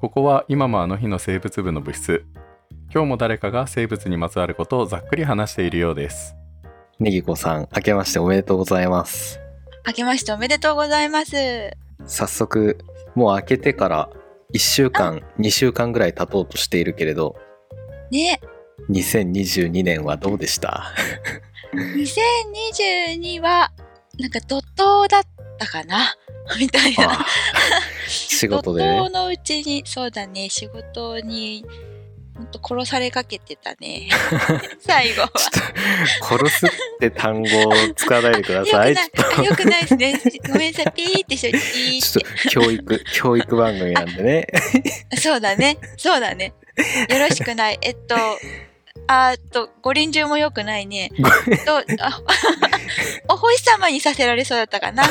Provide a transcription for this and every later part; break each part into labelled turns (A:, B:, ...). A: ここは今もあの日の生物部の部室今日も誰かが生物にまつわることをざっくり話しているようです
B: ねぎこさん、明けましておめでとうございます。
C: 明けましておめでとうございます。
B: 早速、もう明けてから1週間、2週間ぐらい経とうとしているけれど、
C: ね、
B: 2022年はどうでした
C: 2022は、なんか怒涛だったかな みたいな。
B: ああ仕事で
C: 怒涛
B: ね。
C: のうちに、そうだね、仕事に、ほんと殺されかけてた ね。最後は。
B: ちょっと、殺すって単語を使わないでください。
C: よ
B: ちょっ
C: くない、よくないですね。ごめんなさい、ピーってしょ、ピ
B: と、
C: ー
B: ちょ
C: っ
B: っと教育、教育番組なんでね。
C: て。そうだね、そうだね。よろし くない。えっと、あーっと、ご臨終もよくないね。えっと、あ お星様にさせられそうだったかな。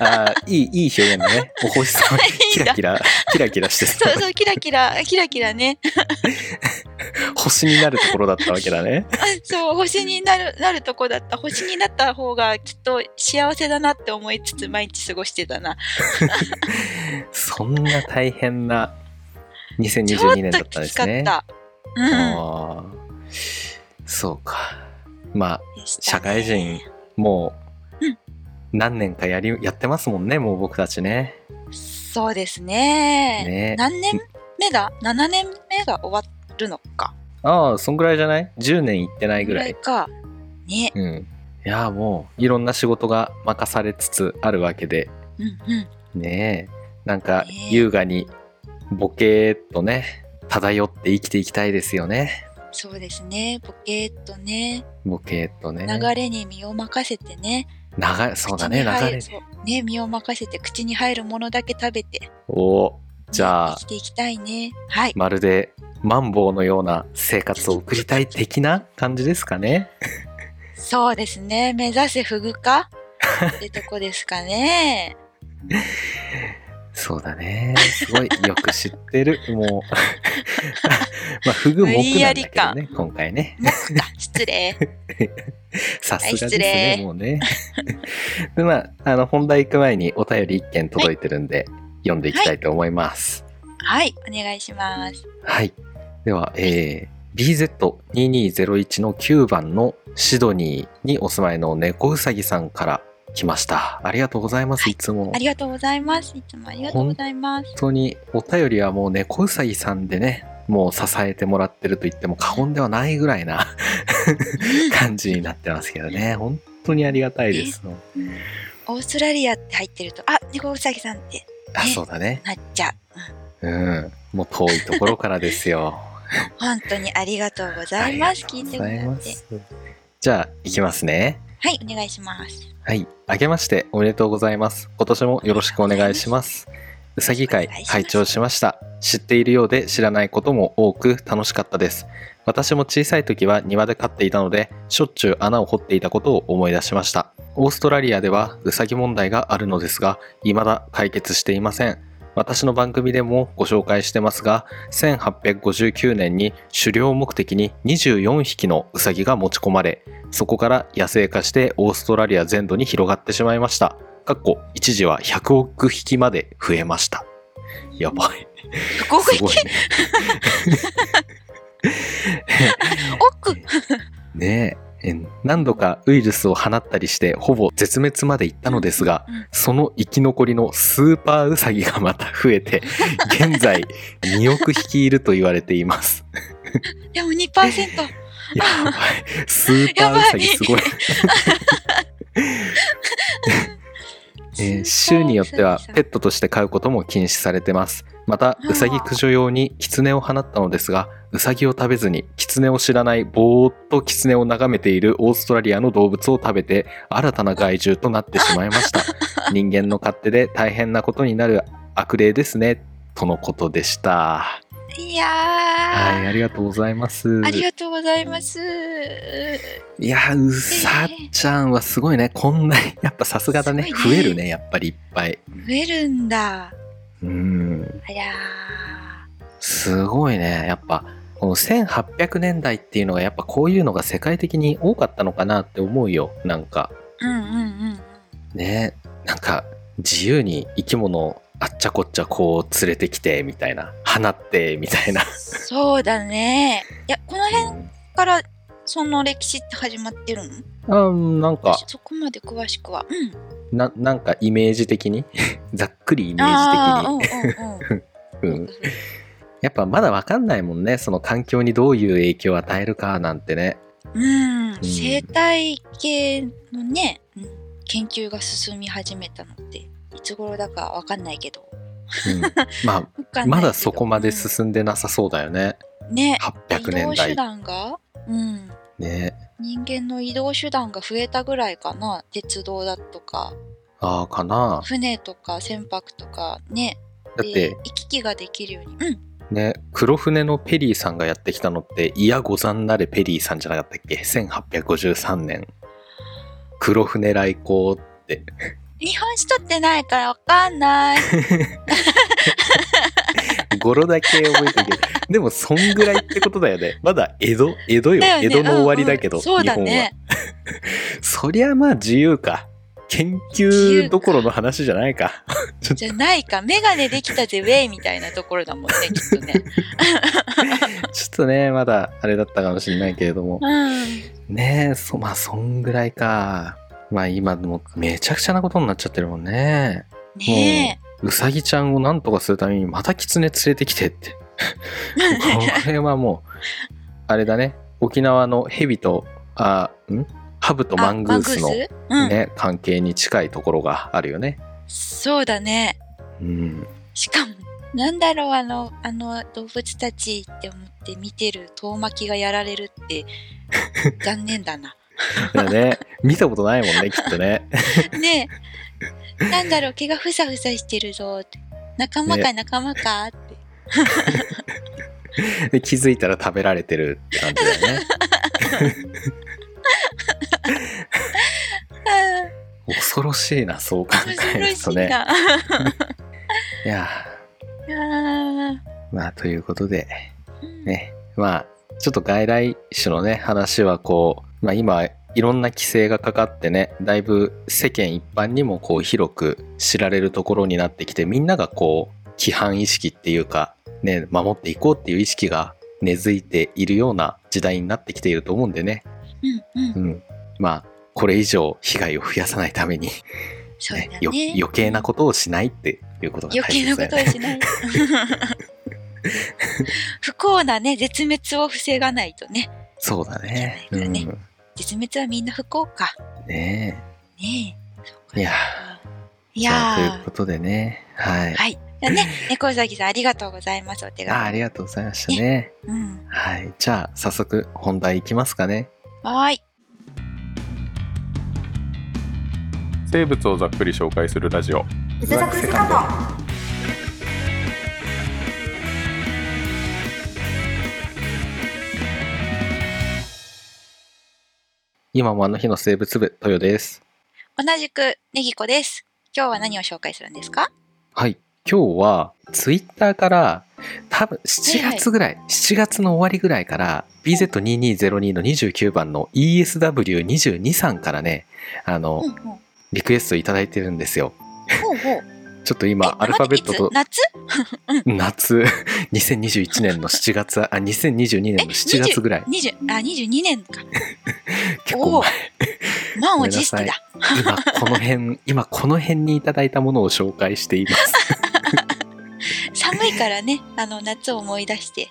B: ああ、いい、いい表現だね。お星様、キ
C: い
B: ラ
C: んだ
B: キラ、キラキラして
C: そう
B: さ、
C: そう、キラキラ、キラキラね。
B: 星になるところだったわけだね。
C: あそう、星になる、なるとこだった。星になった方がきっと幸せだなって思いつつ毎日過ごしてたな。
B: そんな大変な
C: ちょっと
B: 2022年だ
C: き
B: ったんで
C: つ
B: す
C: かっ
B: ね。
C: た。うん。
B: あーそうか。まあ、
C: でしたね
B: 社会人、も
C: う、
B: うん何年かやり、やってますもんね、もう僕たちね。
C: そうですね。
B: ね
C: 何年目だ ?7 年目が終わるのか。
B: ああ、そんぐらいじゃない ?10 年いってないぐらい。
C: か。ね。
B: うん。いやー、もう、いろんな仕事が任されつつあるわけで、
C: うんうん。
B: ねえ、なんか
C: ね、え
B: 優雅に、ボケーっとね、漂って生きていきたいですよね。
C: そうですね。ボケーっとね、
B: ボケーっとね。
C: 流れに身を任せてね。
B: 長い、そうだね、
C: 口に入
B: 流
C: る
B: れ。
C: そうね、身を任せて口に入るものだけ食べて。
B: おお、じゃあ
C: 生きていきたいね。はい。
B: まるでマンボウのような生活を送りたい的な感じですかね。
C: そうですね。目指せフ グかってとこですかね。
B: そうだね。すごいよく知ってる。もう。 まあ、フグ目なんだけどね、今回ね。
C: もっとか失礼。
B: さすがです
C: は
B: ね
C: い失、礼
B: もうね。 で、まあ、あの、本題行く前にお便り1件届いてるんで、読んでいきたいと思います。
C: はい。お願いします。
B: はい。では、えー、BZ2201 の9番のシドニーにお住まいの猫うさぎさんから来ました。ありがとうございます、
C: はい
B: いつも
C: あ。りがとうございます。いつもありがとうございます。
B: 本当にお便りはもう猫うさぎさんでね、もう支えてもらってると言っても過言ではないぐらいな感じになってますけどね。本当にありがたいです。
C: オーストラリアって入ってると、あ、猫うさぎさんって
B: あ、そうだね。
C: なっちゃう。
B: うん。もう遠いところからですよ。
C: 本当にありがと うございます。聞いても
B: ありがと
C: ら
B: う
C: っ
B: ござ
C: て
B: い。ます。じゃあ、いきますね。
C: はい。お願いします。
B: はい。明けましておめでとうございます。今年もよろしくお願いします。うさぎ会
C: お願いします
B: 拝聴しました。知っているようで知らないことも多く楽しかったです。私も小さい時は庭で飼っていたので、しょっちゅう穴を掘っていたことを思い出しました。オーストラリアではうさぎ問題があるのですが、未だ解決していません。私の番組でもご紹介してますが、1859年に狩猟目的に24匹のウサギが持ち込まれ、そこから野生化してオーストラリア全土に広がってしまいました。かっこ一時は100億匹まで増えました。やばい。
C: ごく
B: すごいね。
C: 奥。
B: ねえ。え何度かウイルスを放ったりしてほぼ絶滅までいったのですが、
C: うん
B: その生き残りのスーパーウサギがまた増え て、現在2億匹いると言われています。
C: でも2%。
B: やばい。スーパーウサギすごい。えー州によってはペ
C: ペ
B: ットとして飼うことも禁止されてますまた
C: うん
B: ウサギ駆除用にキツネを放ったのですがウサギを食べずにキツネを知らないぼーっとキツネを眺めているオーストラリアの動物を食べて新たな害獣となってしまいま した人間の勝手で大変なことになる悪霊ですねとのことでした
C: いやー、
B: はいありがとうございます
C: ありがとうございます。
B: いやーうさちゃんはすごいねこんなにやっぱさすがだね
C: す
B: 増
C: ごいね
B: えるねやっぱりいっぱい
C: 増えるんだ。
B: うん
C: あら
B: すごいね。やっぱ、この1800年代っていうのが、やっぱこういうのが世界的に多かったのかなって思うよ。なんか、
C: ー。うんうんうん。
B: ね。なんか、自由に生き物をあっちゃこっちゃこう連れてきて、みたいな。放花ってみたいな、
C: そうだね。いや、この辺からその歴史って始まってるの
B: うん、なんか
C: 私そこまで詳しくは。うん。
B: ななんかイメージ的に ざっくりイメー
C: あ
B: ジ
C: あ、うんうんうん。
B: 的に、うん、やっぱまだわかんないもんねその環境にどういう影響を与えるかなんてね
C: うん、生態系のね、うん研究が進み始めたのっていつ頃だかわかんないけど
B: うんまあ
C: わかんないけど
B: まだそこまで進んでなさそうだよね
C: うんね
B: 800
C: 移動
B: 年
C: 手
B: 代
C: 段が、うん、
B: ね
C: 人間の移動手段が増えたぐらいかな鉄道だとか
B: ああかな
C: 船とか船舶とかね
B: だって
C: で行き来ができるように、うん、
B: ね黒船のペリーさんがやってきたのっていやござんなれペリーさんじゃなかったっけ1853年黒船来航って
C: 日本史取ってないからわか んない
B: 語呂だけ覚えてるけ どでもそんぐらいってことだよねまだ江戸江戸よ
C: だよね
B: 江戸の終わりだけど、
C: うんうんそうだ
B: 日本は
C: ね
B: そりゃまあ自由か研
C: 自由
B: 究
C: か
B: どころの話じゃない か
C: じゃないか眼鏡できたぜウェイみたいなところ だもんねきっとね
B: ちょっとねまだあれだったかもしれないけれども
C: うん
B: ねえそまあそんぐらいかまあ今もうめちゃくちゃなことになっちゃってるもんね
C: ね
B: うさぎちゃんをなんとかするためにまたキツネ連れてきてってこれはもうあれだね沖縄のヘビとあんハブと
C: え
B: マングースの
C: あマングースうん、
B: ね、関係に近いところがあるよね。
C: そうだね
B: うん、
C: しかもなんだろうあのあの動物たちって思って見てる遠巻きがやられるって 残念だな
B: だよね 見たことないもんねきっとね。
C: ねえなんだろう毛がふさふさしてるぞって仲間か仲間かって、
B: で気づいたら食べられてるって感じだよね。 恐ろしいなそう考
C: あー
B: え
C: 恐ろ
B: ると
C: しい
B: ね。
C: な、
B: いや
C: あー
B: ーまあということで
C: うん
B: ねまあちょっと外来種のね話はこう、まあ、今いろんな規制がかかってねだいぶ世間一般にもこう広く知られるところになってきてみんながこう規範意識っていうか、ね、守っていこうっていう意識が根付いているような時代になってきていると思うんでね、
C: うんうん
B: うん、まあこれ以上被害を増やさないために、
C: そうだ
B: ね
C: ね
B: よ余計なことをしないっていうことが大
C: 余計
B: 切
C: な
B: だよ
C: ことは
B: ね。
C: しない。 不幸なね、絶滅を防がないとね。
B: そうだね。
C: しないか
B: うん
C: 絶滅はみんな不幸か。
B: ね
C: ねえ。そうか
B: いや
C: い
B: え。じゃあという
C: や
B: ことでね、はい
C: ー。はい。じゃあね、猫崎さんありがとうございます。お手
B: ああ
C: 紙。
B: りがとうございましたね。
C: うん。
B: はい。じゃあ、早速本題いきますかね。
C: はーい。
A: 生物をざっくり紹介するラジオ
D: 伊勢崎セカンド
B: 今もあの日の生物部、豊です。
C: 同じく、ネギコです。今日は何を紹介するんですか
B: はい。今日は、ツイッターから、多分7
C: はいはい
B: 月ぐらい、7月の終わりぐらいから、BZ2202 の29番の ESW22 さんからね、あの、
C: うんうん。ほ
B: リクエストいただいてるんですよ。
C: うほう。
B: ちょっと今、
C: え
B: アルファベットと
C: 待っていつ
B: 夏、2021年の7月、あ、2022年の7月ぐらい。
C: 夏 ?20、あ、22年か。
B: 結構前
C: おお満を持してだ。
B: 今この辺今この辺にいただいたものを紹介してい ます
C: 寒いからね、あの、夏を思い出して。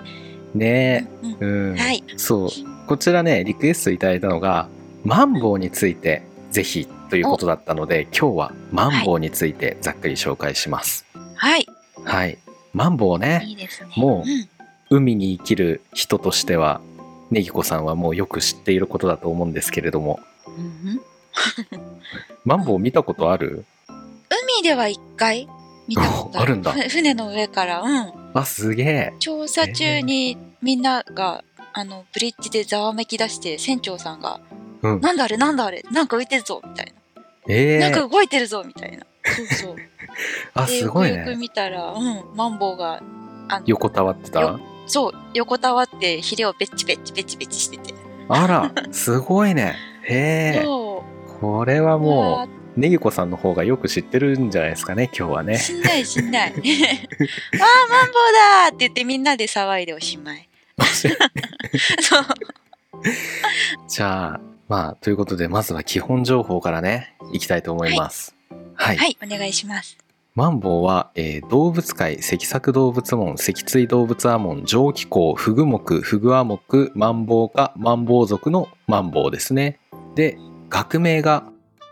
B: ね
C: うん
B: え、うん
C: はい。
B: そうこちらねリクエストいただいたのがマンボウについてぜひということだったので今日はマンボウについてざっくり紹介します
C: はい。
B: はいマンボウね
C: いいですね。
B: もうん海に生きる人としてはねぎこさんはもうよく知っていることだと思うんですけれども
C: うんうん
B: マンボウ見たことある
C: 海では一回見たことある
B: おあるんだ
C: ふ船の上から、うん、
B: あすげえ
C: 調査中にみんなが、あのブリッジでざわめき出して船長さんが「
B: うん
C: なんだあれなんだあれなんか浮いてるぞ」みたいな、
B: え
C: なん
B: え
C: か動いてるぞ」みたいなそうそう
B: あ
C: です
B: ごい
C: よくよく
B: ね
C: 見たら、うん、マンボウがあの
B: 横たわってた
C: よそう横たわってヒレをベッチベッチベッチベッチしてて、
B: あら、すごいね。へえ。
C: そう
B: これは
C: うわ
B: も
C: ー
B: ねぎこさんの方がよく知ってるんじゃないですかね今日は ね
C: しんないしんない。ああ、 マンボウだーって言ってみんなで騒いでおしまい。 そう。
B: じゃあまあということでまずは基本情報からねいきたいと思いますはい、
C: はい、お願いします。
B: マンボウは、えー動物界脊索動物門脊椎動物亜門上気孔フグ目フグ亜目マンボウ科マンボウ族のマンボウですねで学名が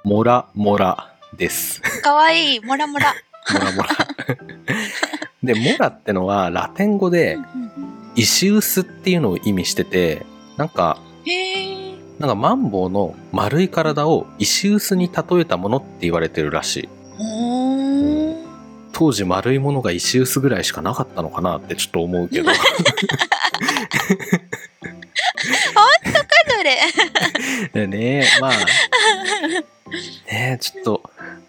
B: モラモラ です
C: かわいい、もらもら。
B: モラモ ラ。で、モラってのはラテン語で石臼っていうのを意味してて、なんか、
C: へえ。
B: なんかマンボウの丸い体を石臼に例えたものって言われてるらしい。
C: おー。
B: 当時丸いものが石臼ぐらいしかなかったのかなってちょっと思うけど。
C: どれ
B: でね、まあ、ねちょっと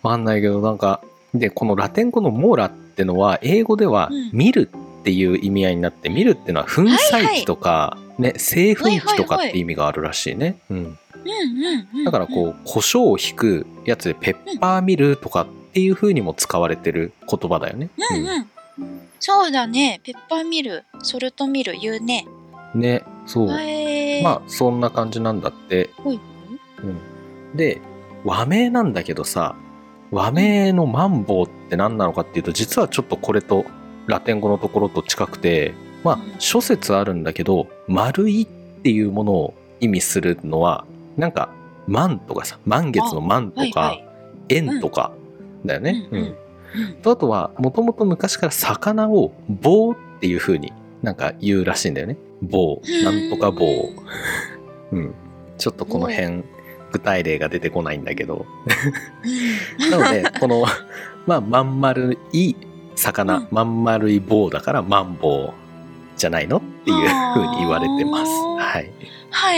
B: わかんないけど、なんか、で、このラテン語のモラってのは、英語では
C: うん
B: 見るっていう意味合いになって、見るってのは粉砕機とか、ね、製粉機とかって意味があるらしいね。うん。
C: うんうんうん。
B: だからこう、胡椒を引くやつでペッパーミルとかっていう風にも使われてる言葉だよね。
C: うんうん。そうだね。ペッパーミル、ソルトミル言うね。
B: うんね、そう。
C: へえ。
B: まあ、そんな感じなんだって。
C: ほい
B: で和名なんだけどさ和名のマンボウって何なのかっていうと実はちょっとこれとラテン語のところと近くてまあ諸説あるんだけど丸いっていうものを意味するのはなんか満とかさ満月の満と
C: は
B: か
C: い
B: 円とかだよね。
C: うんうん
B: うんとあとはもともと昔から魚を棒っていう風になんか言うらしいんだよね。棒
C: うん
B: なんとか棒。うん、ちょっとこの辺具体例が出てこないんだけどなのでこの まあまん丸い魚、
C: うん
B: まん丸い棒だからマンボウじゃないのっていう
C: あー
B: ふうに言われてます。はい、
C: は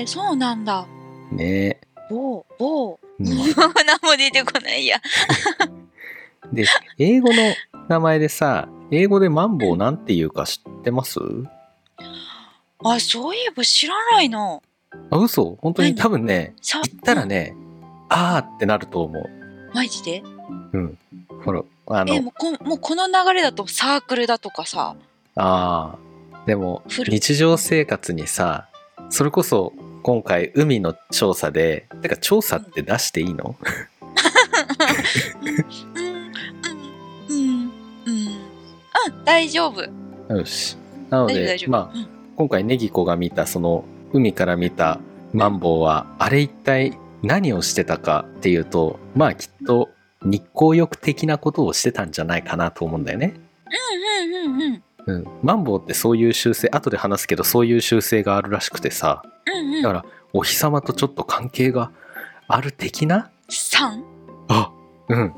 C: い、そうなんだ。
B: ね
C: 棒、棒。
B: うん
C: 何も出てこないや。
B: で英語の名前でさ英語でマンボウなんていうか知ってます
C: あ、そういえば知らないの。
B: あ嘘本当に
C: 何
B: 多分ね
C: さ
B: 言ったらねあーってなると思
C: マジで
B: う。うん、ほらあの
C: え、もうこもうこの流れだとサークルだとかさ。
B: ああでも
C: フル
B: 日常生活にさそれこそ今回海の調査でてか調査って出していいの
C: うん、うん、うん、うん。うん、大丈夫。
B: よしなの
C: 大丈夫、
B: で
C: 大丈夫。
B: まあ
C: うん
B: 今回ネギ子が見たその海から見たマンボウはあれ一体何をしてたかっていうとまあきっと日光浴的なことをしてたんじゃないかなと思うんだよね。
C: うんうんうんうん。
B: うん、マンボウってそういう習性後で話すけどそういう習性があるらしくてさ
C: うんうん。
B: だからお日様とちょっと関係がある的な
C: 三
B: あうん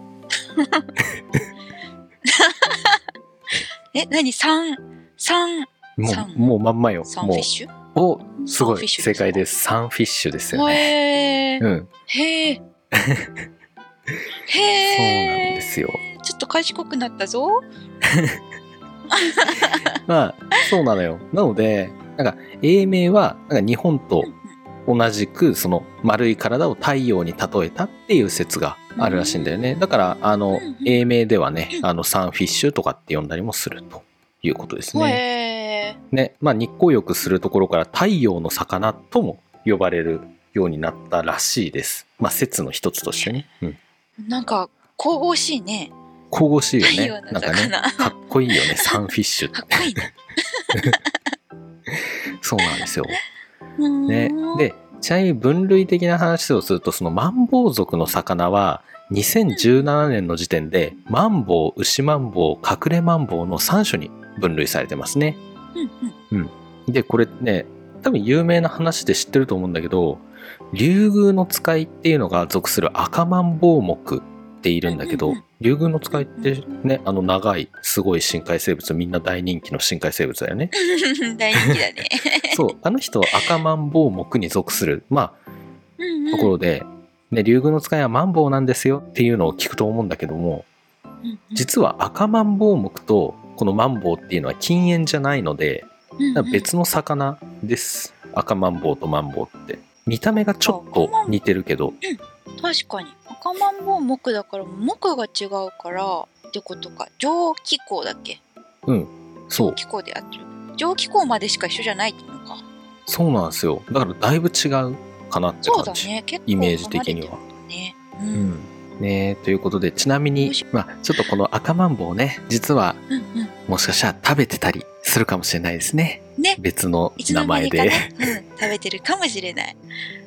C: え、何三三
B: も
C: サン
B: うもうまんまよ
C: 三フ
B: も
C: ィ
B: う
C: ッシュ
B: おす
C: サン
B: ご
C: フィ
B: い
C: ッシュですか
B: 正解ですサンフィッシュですよね
C: へえ
B: う。ん
C: へえ。へ
B: そうなん
C: え。
B: ですよ
C: ちょっと賢くなったぞ。
B: まあそうなのよなのでなんか英名はなんか日本と同じくその丸い体を太陽に例えたっていう説があるらしいんだよねだからあ
C: うんう
B: の
C: ん
B: 英名ではね
C: うん
B: あのサンフィッシュとかって呼んだりもするということですね
C: へえ。
B: ね、まあ、日光浴するところから太陽の魚とも呼ばれるようになったらしいです。まあ、説の一つとしてね。うん。
C: なんか神々しいね。
B: 神々しいよ
C: 太
B: ね。
C: 陽
B: な
C: の
B: んかね、
C: 魚。
B: かっこいいよ ね。サンフィッシュって
C: かっ。こいいね。
B: そうなんです よ。
C: うーん
B: ね。で、ちなみに分類的な話をすると、そのマンボウ族の魚は、2017年の時点で、マンボウ、牛マンボウ、隠れマンボウの3種に分類されてますね。
C: うんうん。
B: でこれね多分有名な話で知ってると思うんだけど竜宮の使いっていうのが属する赤マンボウ目っているんだけ
C: う
B: ど
C: んうん
B: 竜宮の使いってねあの長いすごい深海生物みんな大人気の深海生物だよ ね
C: 大人気だ ね。
B: そうあの人は赤マンボウ目に属するま
C: うんう
B: あ
C: ん
B: ところで、ね、竜宮の使いはマンボウなんですよっていうのを聞くと思うんだけども
C: うんうん
B: 実は赤マンボウ目とこのマンボウっていうのは禁煙じゃないのでだから別の魚です赤マンボウとマンボウって見た目がちょっと似てるけど
C: うんうん確かに。
E: カマンボウ目だから目が違うからってことか上気候だっけ
B: そう
E: 気候であってる上気候までしか一緒じゃないのか
B: そうなんですよだからだいぶ違うかなって
E: そ
B: 感
E: うだ
B: じ、
E: ね結構
B: イメージ的には
E: 離れてるねう
B: うんんねということでちなみに
E: よし、
B: まあ、ちょっとこの赤マンボウね実は
E: うんうん
B: もしかしたら食べてたりするかもしれないですね
E: ね
B: 別の
E: いつ
B: 名
E: の間
B: 前
E: にか
B: で、
E: ね、うん、食べてるかもしれない。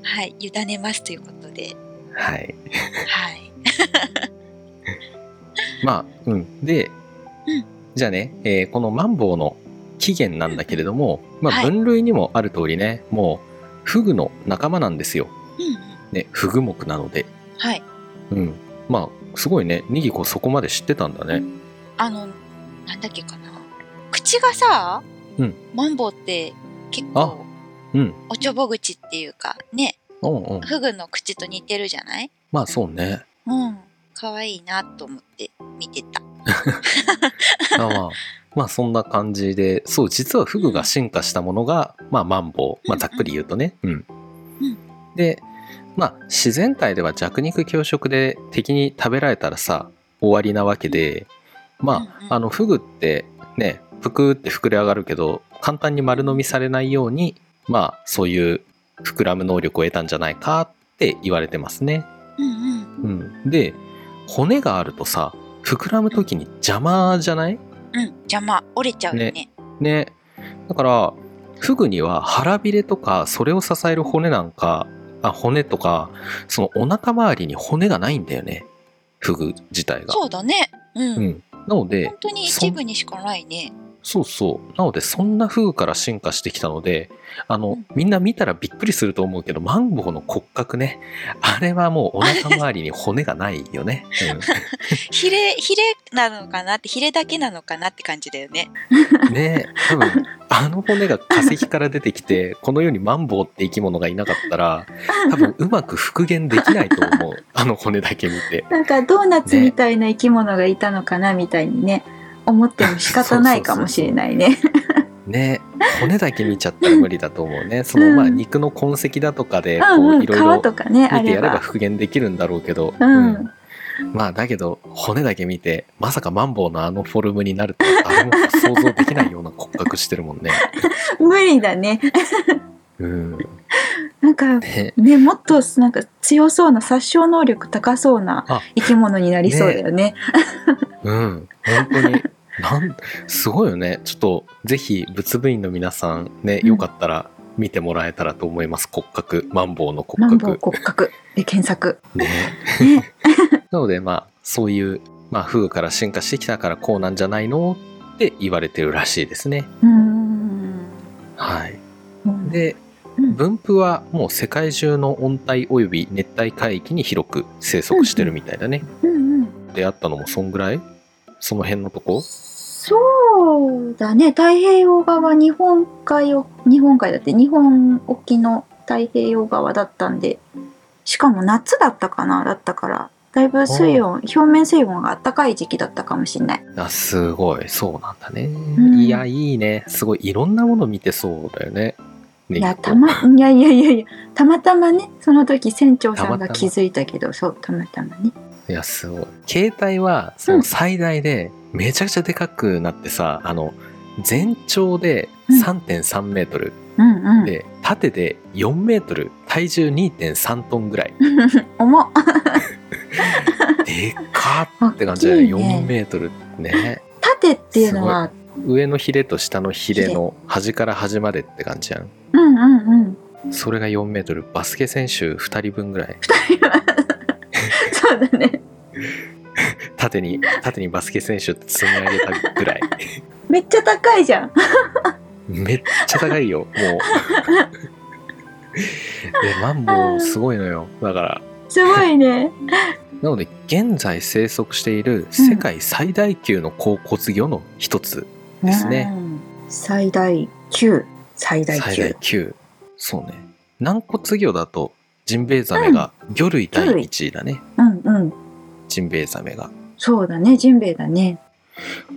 E: はい、委ねますということで、
B: はい
E: はい、
B: まあうんで、
E: うん
B: じゃあね、えーこのマンボウの起源なんだけれども、まあ、
E: はい
B: 分類にもある通りね、もうフグの仲間なんですよ、
E: うんうん、
B: ね、フグ目なので
E: はい、
B: うんまあすごいねニギコそこまで知ってたんだね
E: あの、なんだっけかな、口がさ、
B: うん
E: マンボウって結
B: あ
E: 構
B: うん
E: おちょぼ口っていうか、ね、
B: うんうん
E: フグの口と似てるじゃない
B: まあそうね
E: うん、可愛いなと思って見てた。
B: まあま あ、まあそんな感じで、そう、実はフグが進化したものが、まあマンボウ。ま
E: う
B: あ
E: ん
B: ざっくり言うとね。うん。
E: うん
B: で、まあ自然界では弱肉強食で敵に食べられたらさ、終わりなわけで、ま
E: うんうん
B: あ、あのフグってね、ぷくって膨れ上がるけど、簡単に丸飲みされないように、まあそういう膨らむ能力を得たんじゃないかって言われてますね。
E: うんうん、
B: うん。で、骨があるとさ、膨らむ時に邪魔じゃない
E: うん、邪魔、折れちゃうよね。
B: ねだからフグには腹びれとかそれを支える骨なんかあ骨とかそのお腹周りに骨がないんだよねフグ自体が
E: そうだね、うん、
B: うん、なので
E: 本当に一部にしかないね。
B: そうそうなのでそんなフグから進化してきたのであの、
E: うん
B: みんな見たらびっくりすると思うけどマンボウの骨格ねあれはもうお腹周りに骨がないよね、
E: ヒレ、ヒレなのかなって、ヒレだけなのかなって感じだよね。
B: うん、ね多分あの骨が化石から出てきてこの世にマンボウって生き物がいなかったら多分うまく復元できないと思うあの骨だけ見て
C: なんかドーナツみたいな生き物がいたのかなみたいにね思っても仕方ないかもしれな いね。
B: ね骨だけ見ちゃったら無理だと思うねその
C: うん
B: まあ肉の痕跡だとかで
C: う
B: こ
C: んう
B: うんいろい
C: 皮
B: ろ
C: とかね あ
B: 見て
C: れ
B: やれば
C: ば。
B: 復元できるんだろうけど、
C: うん、
B: うんまあだけど骨だけ見てまさかマンボウのあのフォルムになるとは誰も想像できないような骨格してるもん ね。
C: 無理だね。
B: うん、
C: なんか
B: ね
C: ねもっとなんか強そうな殺傷能力高そうな
B: あ
C: 生き物になりそうだよね。
B: うん、本当に。なんすごいよね。ちょっと、ぜひ、仏部員の皆さんね、
C: うん
B: よかったら見てもらえたらと思います。骨格、マンボウの
C: マ
B: 骨
C: ンボウ
B: 格。
C: 骨格で検索。
B: ね。
C: ね
B: なので、まあ、そういう、まあ、フグから進化してきたからこうなんじゃないのって言われてるらしいですね。
C: うーん。
B: はい。
C: うん
B: で、
C: うん
B: 分布はもう世界中の温帯および熱帯海域に広く生息してるみたいだね。
C: うんうん。
B: 出会ったのもそんぐらいその辺のとこ
C: そうだね太平洋側日本海を日本海だって日本沖の太平洋側だったんでしかも夏だったかなだったからだいぶ水温表面水温が暖かい時期だったかもしれない
B: あすごいそうなんだね、
C: ん
B: いやいいねすごいいろんなもの見てそうだよねね
C: いや
B: きっと
C: たまいやいやいやいやたまたまねその時船長さ
B: たま
C: ん
B: た
C: が
B: ま
C: 気づいたけどそうたまたまね
B: いやすごい携帯はそうの
C: ん
B: 最大でめちゃくちゃでかくなってさ、あの全長で
C: うん
B: 3.3メートル、
C: うんうん
B: で縦で4メートル体重2.3トンぐらい
C: 重っ
B: でかっって感じだよね
C: 大きいね
B: 4メートルね
C: 縦っていうのは
B: 上のヒレと下のヒレの端から端までって感じやん
C: うんうんうん
B: それが4メートルバスケ選手2人分ぐらい
C: そうだね
B: 縦に縦にバスケ選手積み上げたぐらい
C: めっちゃ高いじゃん
B: めっちゃ高いよもうでマンボウすごいのよだから
C: すごいね
B: なので現在生息している世界最大級の甲骨魚の一つですね、
C: うん。最大9。最大
B: 最大
C: 9。
B: 級そうね軟骨魚だとジンベエザメが魚類第1位だね、
C: うんうん。
B: ジンベエザメが
C: そうだね、ジンベエだね。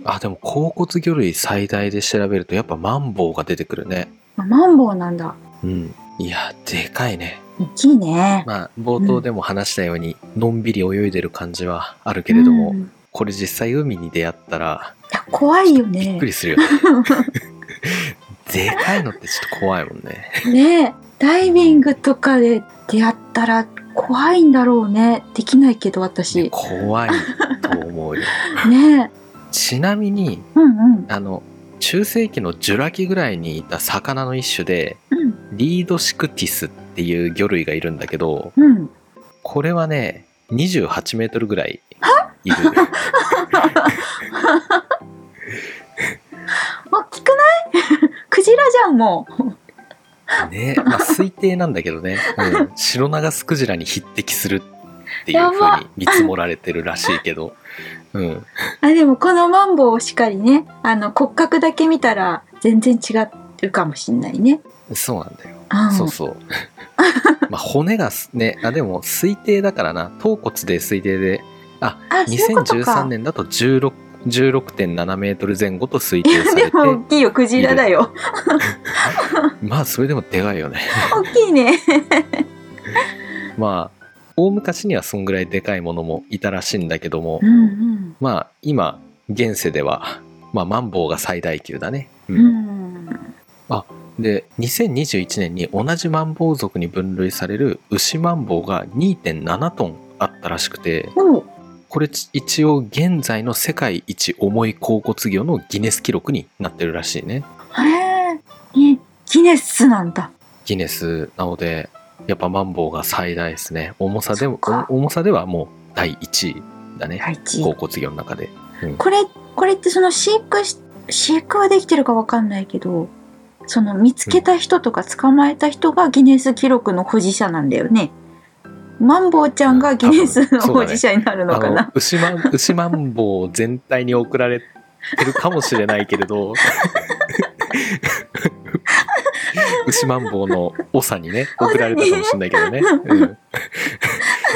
B: あでも甲骨魚類最大で調べるとやっぱマンボウが出てくるね
C: あマンボウなんだ。
B: うん、いや、でかいね。
C: 大きいね。
B: まあ、冒頭でも話したように、のんびり泳いでる感じはあるけれども、
C: うんい
B: これ実際海に出会ったら、
C: や怖いよね。
B: びっくりす るよね。でかいのってちょっと怖いもんね。
C: ねダイビングとかで出会ったら怖いんだろうねできないけど私
B: 怖いと思うよ。
C: ね
B: ちなみに、
C: うんうん
B: あの、中世紀のジュラ紀ぐらいにいた魚の一種で、
C: うん
B: リードシクティスっていう魚類がいるんだけど、
C: うん
B: これはね、28メートルぐらいいる。
C: 大きくない クジラじゃんも
B: ね、まあ、推定なんだけどね、うん、シロナガスクジラに匹敵するっていう
C: や
B: ふ
C: ば
B: うに見積もられてるらしいけど、うん、
C: うあでもこのマンボウをしっかりねあの骨格だけ見たら全然違うかもしんないね、
B: そうなんだよ。
C: うん、
B: そうそう。 まあ、骨がすね、あ、でも推定だからな、頭骨で推定で、
C: あそういうこと
B: 2013
C: か
B: 年だと16、16.7メートル前後と推定さ
C: で
B: れて、
C: も大きいよクジラだよ
B: まあ、それでもでかいよね。
C: 大きいね
B: まあ、大昔にはそんぐらいでかいものもいたらしいんだけども
C: う、ん
B: まあ、今、現世では、まあ、マンボウが最大級だね。う
C: うんうん
B: で2021年に同じマンボウ族に分類される牛マンボウが2.7トンあったらしくて
C: おう
B: これち一応現在の世界一重い甲骨魚のギネス記録になってるらしいね
C: へえねギネスなんだ
B: ギネスなのでやっぱマンボウが最大ですね重さで
C: そ
B: も
C: っか
B: お重さではもう第1位だね
C: 第一位
B: 甲骨魚の中で
C: これこれってその飼育し飼育はできてるかわかんないけどその見つけた人とか捕まえた人がギネス記録の保持者なんだよね。マンボウちゃんがギネスの
B: 多分そうだ
C: 保
B: ね
C: 持者になるの
B: あ
C: か
B: の
C: な。
B: 牛マン牛マンボウ全体に送られてるかもしれないけれ ど牛マンボウの長にね送られたかもしれないけどね、 うん、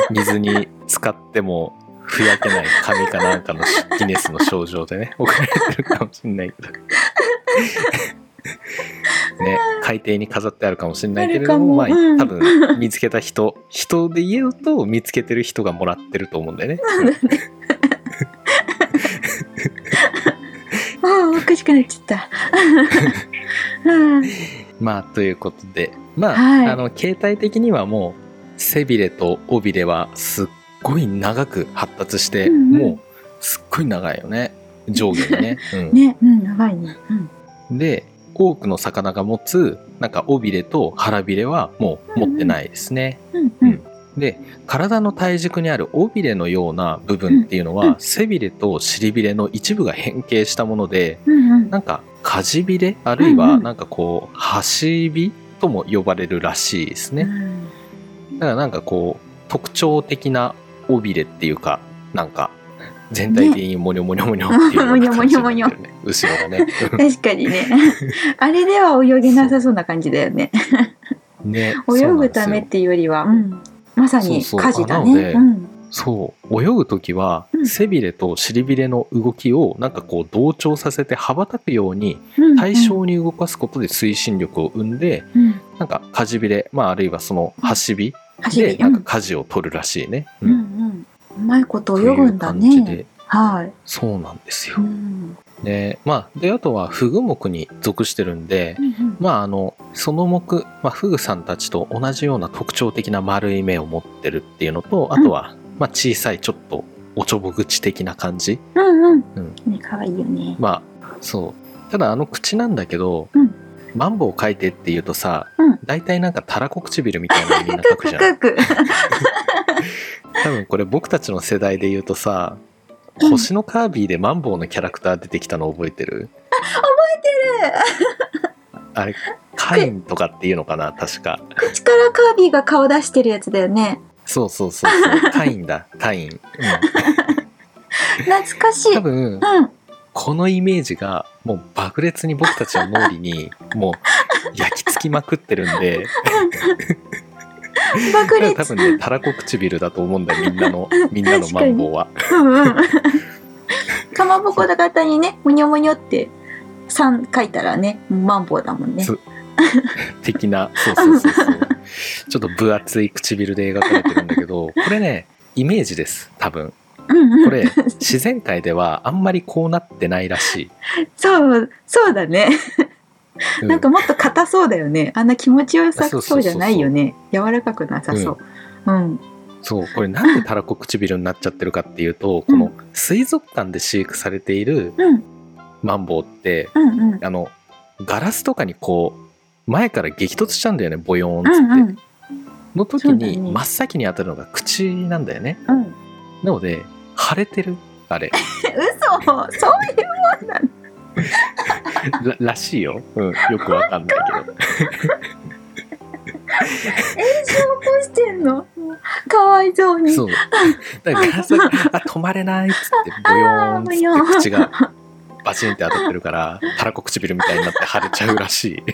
B: 水に使ってもふやけない髪かなんかのギネスの症状でね送られてるかもしれないけ ど。ね、海底に飾ってあるかもしれないけれども
C: ある
B: ま
C: かも
B: あ、
C: うん
B: 多分見つけた人人で言うと見つけてる人がもらってると思うんだよね。
C: ああおかしくなっち ゃった。うん
B: まあということでまあ,、
C: はい
B: あの携帯的にはもう背びれと尾びれはすっごい長く発達して、
C: うんうん
B: もうすっごい長いよね上下にね。うん
C: ねうん長いね。うん
B: で多くの魚が持つなんか尾びれと腹びれはもう持ってないですね。
C: うんうん
B: で体の体軸にある尾びれのような部分っていうのは、
C: うんうん
B: 背びれと尻びれの一部が変形したもので、
C: うんうん
B: なんか、かじびれあるいは、
C: うんうん
B: なんかこう、はしびとも呼ばれるらしいですね。だからなんかこう、特徴的な尾びれっていうか、なんか、全体的にモニョモニョモニョっていうような感じになってるね。後ろがね。
C: 確かにね あれでは泳げなさそうな感じだよ ね
B: ね。
C: 泳ぐためっていうよりは、うん、まさに
B: そうそう
C: 家事だ
B: なので
C: ねうん
B: そう。泳ぐときは
C: う、ん
B: 背びれと尻びれの動きを、なんかこう、同調させて羽ばたくように、
C: うんうん
B: 対象に動かすことで推進力を生んで、
C: うん
B: なんか、かじびれ、まあ、あるいはその、はしび
C: 走
B: で、
C: り
B: なんか舵を取るらしいね。
C: うんうんうまいこと
B: と
C: 泳ぐんだ
B: いう感じ
C: ね
B: で。
C: はい、
B: そうなんですよ
C: う。ん
B: で、まあ、で、あとは、フグ目に属してるんで
C: う、ん
B: まあ、あの、その目、まあ、フグさんたちと同じような特徴的な丸い目を持ってるっていうのと、あとは、まあ、小さい、ちょっと、おちょぼ口的な感じ。
C: うんう
B: うん
C: んね可愛いよね
B: まあ、そう。ただ、あの口なんだけど、
C: うん
B: マンボウ書いてって言うとさ、
C: うん
B: 大体なんかたらこ唇みたいなの みんな書くじゃん。
C: ククク
B: 多分これ僕たちの世代で言うとさ
C: うん
B: 星のカービィでマンボウのキャラクター出てきたの覚えてる覚えてるあれカインとかっていうのかな確か
C: 口からカービィが顔出してるやつだよね
B: そうそうそう そうカインだカイン、うん
C: 懐かしい
B: 多
C: うん
B: 分このイメージがもう爆裂に僕たちの脳裏にもう焼き付きまくってるんで
C: 爆
B: 多
C: 裂
B: 分ねたらこ唇だと思うんだよみんな のみんなのマンボウは
C: うんうんかまぼこだ型にねむにょむにょって3書いたらねマンボウだもんね
B: そう的なそうそうそうそうちょっと分厚い唇で描かれてるんだけどこれねイメージです多分
C: うんうん
B: これ自然界ではあんまりこうなってないらしい、
C: そうそうだね、
B: う
C: なんかもっと硬そうだよねあんな気持ちよさそうじゃないよね柔らかくなさそう、うん
B: そうこれなんでたらこ唇になっちゃってるかっていうとこの水族館で飼育されている
C: うん
B: マンボウって
C: うんうん
B: あのガラスとかにこう前から激突しちゃうんだよねボヨーンっつ
C: う
B: って、
C: んうん
B: の時
C: そうだ
B: に
C: ね
B: 真っ先に当たるのが口なんだよね
C: うん
B: なので腫れてるあれ
C: 嘘そういう
B: ららしいよ、うん、よくわかんないけど
C: 炎症起こしてんのかわいそうに
B: そうだからガラスが「あ止まれない」っつってボヨーンっ
C: あーボヨーン
B: つって口がバチンって当たってるからたらこ唇みたいになって腫れちゃうらしい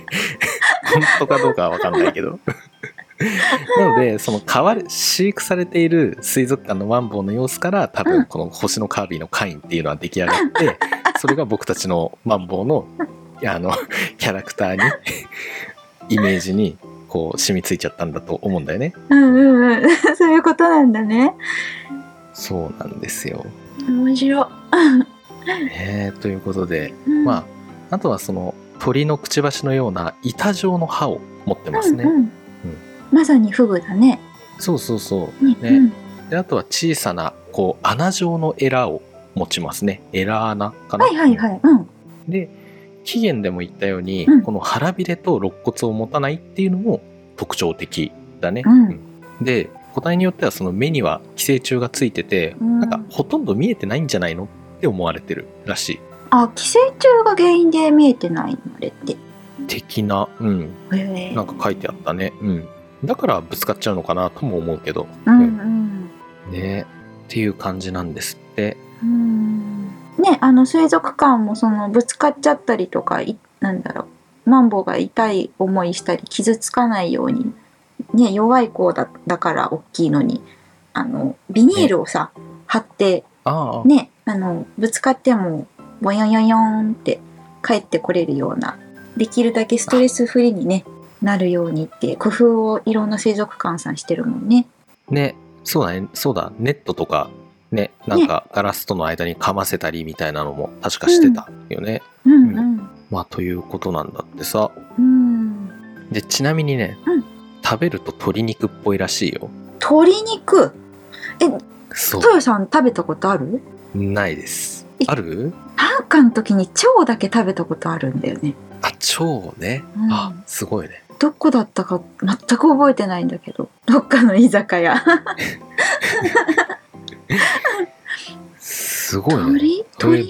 B: 本当かどうかはわかんないけど なのでその飼われ飼育されている水族館のマンボウの様子から多
C: う
B: 分
C: ん
B: この星のカービィのカインっていうのは出来上がってそれが僕たちのマンボウのあの キャラクターにイメージにこう染みついちゃったんだと思うんだよね
C: うんうんうん そういうことなんだね
B: そうなんですよ、
C: 面白
B: ねえということで
C: うん
B: まああとはその鳥のくちばしのような板状の歯を持ってますね、
C: うんうんまさにフグだね
B: そうそうそう、
C: ね
B: ねであとは小さなこう穴状のエラを持ちますねエラ穴か
C: うん、
B: な
C: はいはいはいうん
B: で起源でも言ったように、
C: うん
B: この腹びれと肋骨を持たないっていうのも特徴的だね、
C: うん
B: うんで個体によってはその目には寄生虫がついてて、
C: うん
B: なんかほとんど見えてないんじゃないのって思われてるらしい
C: あ寄生虫が原因で見えてないのあれってへ
B: 的な、うん、
C: え
B: なんか書いてあったね、うん、だからぶつかっちゃうのかなとも思うけど
C: うんうん
B: ねっていう感じなんですって
C: うんねあの水族館もそのぶつかっちゃったりとかいなんだろうマンボウが痛い思いしたり傷つかないようにね弱い子だだから大きいのにあのビニールをさ、貼って
B: ああ、
C: ねあのぶつかってもボヨンヨンヨンって帰ってこれるようなできるだけストレスフリーにねなるようにって工夫をいろんな水族館さんしてるもんね。
B: ねそうだねそうだネットとかねなんかガラスとの間にかませたりみたいなのも確かしてたよね、
C: うんうん
B: まあということなんだってさ
C: うん、
B: でちなみにね、
C: うん
B: 食べると鶏肉っぽいらしいよ
C: 鶏肉
B: そ
C: トヨさん食べたことある
B: うないです
C: え
B: ある
C: なんかの時に腸だけ食べたことあるんだよね
B: あ腸ね、
C: うん
B: あすごいね
C: どこだったか全く覚えてないんだけどどっかの居酒屋
B: すごいね
C: 鳥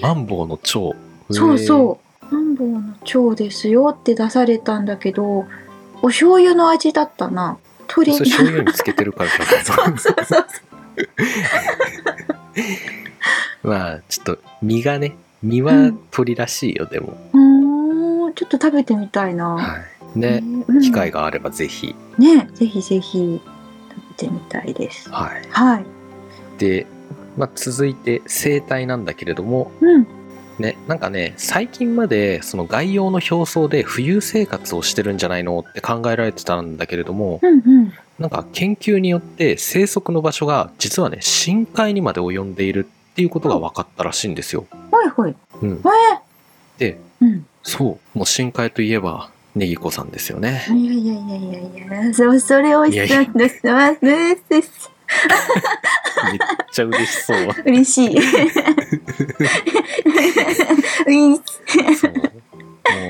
B: 鳥マ
C: 鳥
B: ンボウの腸
C: そう
B: う
C: そうマンボウの腸ですよって出されたんだけどお醤油の味だったな鳥
B: それ醤油につけてるからじゃない
C: そうそうそう
B: まあちょっと身がね身
C: う
B: は
C: ん
B: 鳥らしいよ、でも、
C: うーんちょっと食べてみたいな、
B: はい、ね、
C: うん
B: 機会があればぜひ、
C: ねぜひぜひ食べてみたいです
B: はい、
C: はい
B: で、まあ、続いて生態なんだけれども
C: うん
B: ねなんかね最近までその外洋の表層で浮遊生活をしてるんじゃないのって考えられてたんだけれども
C: うんうん
B: なんか研究によって生息の場所が実はね深海にまで及んでいるっていうことが分かったらしいんですよ。
C: ほいほい
B: うん、で
C: うん
B: そうもう深海といえばネギ子さんですよね。
C: いやいやいやいやいや、そそれを言ってます。です
B: めっちゃ嬉しそう。
C: 嬉しい。うん
B: そうも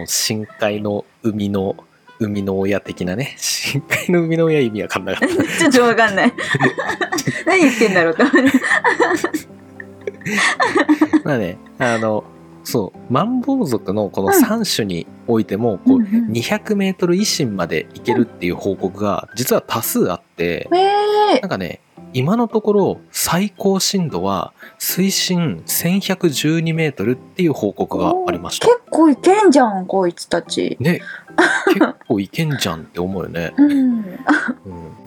B: う深海の海の海の親的なね深海の海の親意味わかんなかっ
C: ちょっとわかんない。何言ってんだろうか。
B: たまあねあのそうマンボウ族のこの
C: うん
B: 3種においてもこう、
C: うんうん
B: 200m 維新まで行けるっていう報告が実は多数あって
C: え
B: なんかね今のところ最高深度は水深 1112m っていう報告がありました
C: 結構いけんじゃん、こいつたち。
B: ね結構いけんじゃんって思うよね
C: うん。
B: うん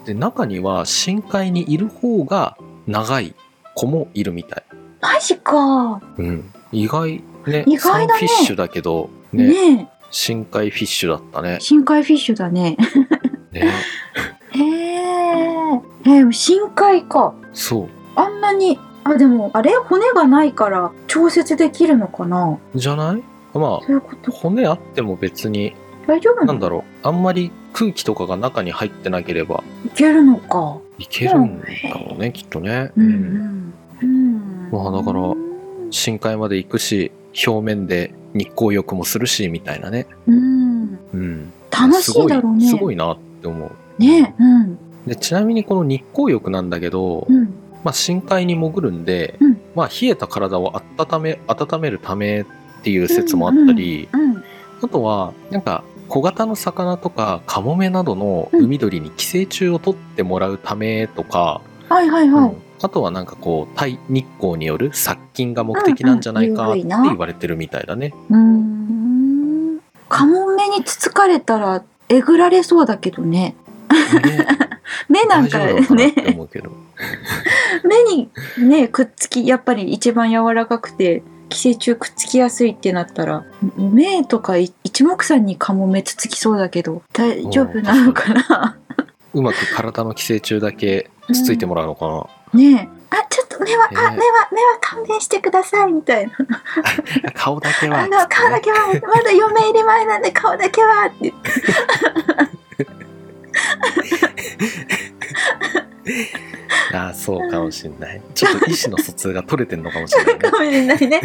B: で中には深海にいる方が長い子もいるみたい、
C: マジか。
B: うん、意外ね
C: 意外
B: サン
C: だね
B: フィッシュだけど、ね
C: ね
B: 深海フィッシュだったね。
C: 深海フィッシュだね。
B: ね。
C: へえ。えー、深海か。
B: そ
C: あんなに、あ、でも、あれ骨がないから調節できるのかな
B: う。じゃないま
C: そういうこと
B: あ、。骨あっても別に、
C: 大丈夫な
B: な
C: の
B: んだろう。あんまり空気とかが中に入ってなければ
C: いけるのか。
B: いけるんだろうね、きっとね。
C: うんうん。うん。
B: まあだから深海まで行くし、表面で日光浴もするし、みたいなね。
C: うん。
B: うん。
C: 楽しいだろうね。
B: すごい、すごいなって思う。
C: ねうん。
B: で、ちなみにこの日光浴なんだけど、
C: うん。
B: まあ、深海に潜るんで、
C: うん
B: まあ、冷えた体を温め温めるためっていう説もあったり、
C: うん。
B: あとはなんか小型の魚とかカモメなどの海鳥に寄生虫を取ってもらうためとか、
C: はいはい
B: う
C: はい。
B: んあとはなんかこう対日光による殺菌が目的なんじゃないかって言われてるみたいだね。
C: うーんカモメにつつかれたらえぐられそうだけどね
B: ね
C: 目 なんか
B: 大丈夫なのかなって
C: ね
B: 思うけど。
C: 目にねくっつきやっぱり一番柔らかくて寄生虫くっつきやすいってなったら目とかい一目散にカモメつつきそうだけど大丈夫なのかな
B: うまく体の寄生虫だけつついてもらうのかな。
C: ねえあちょっと目は、
B: ね
C: あ目は目は勘弁してくださいみたいな
B: 顔だけは。
C: あの顔だけはまだ嫁入り前なんで顔だけはって言って
B: ああそうかもしんない。ちょっと意思の疎通が取れてんのかもしれないね
C: か。もしれない ね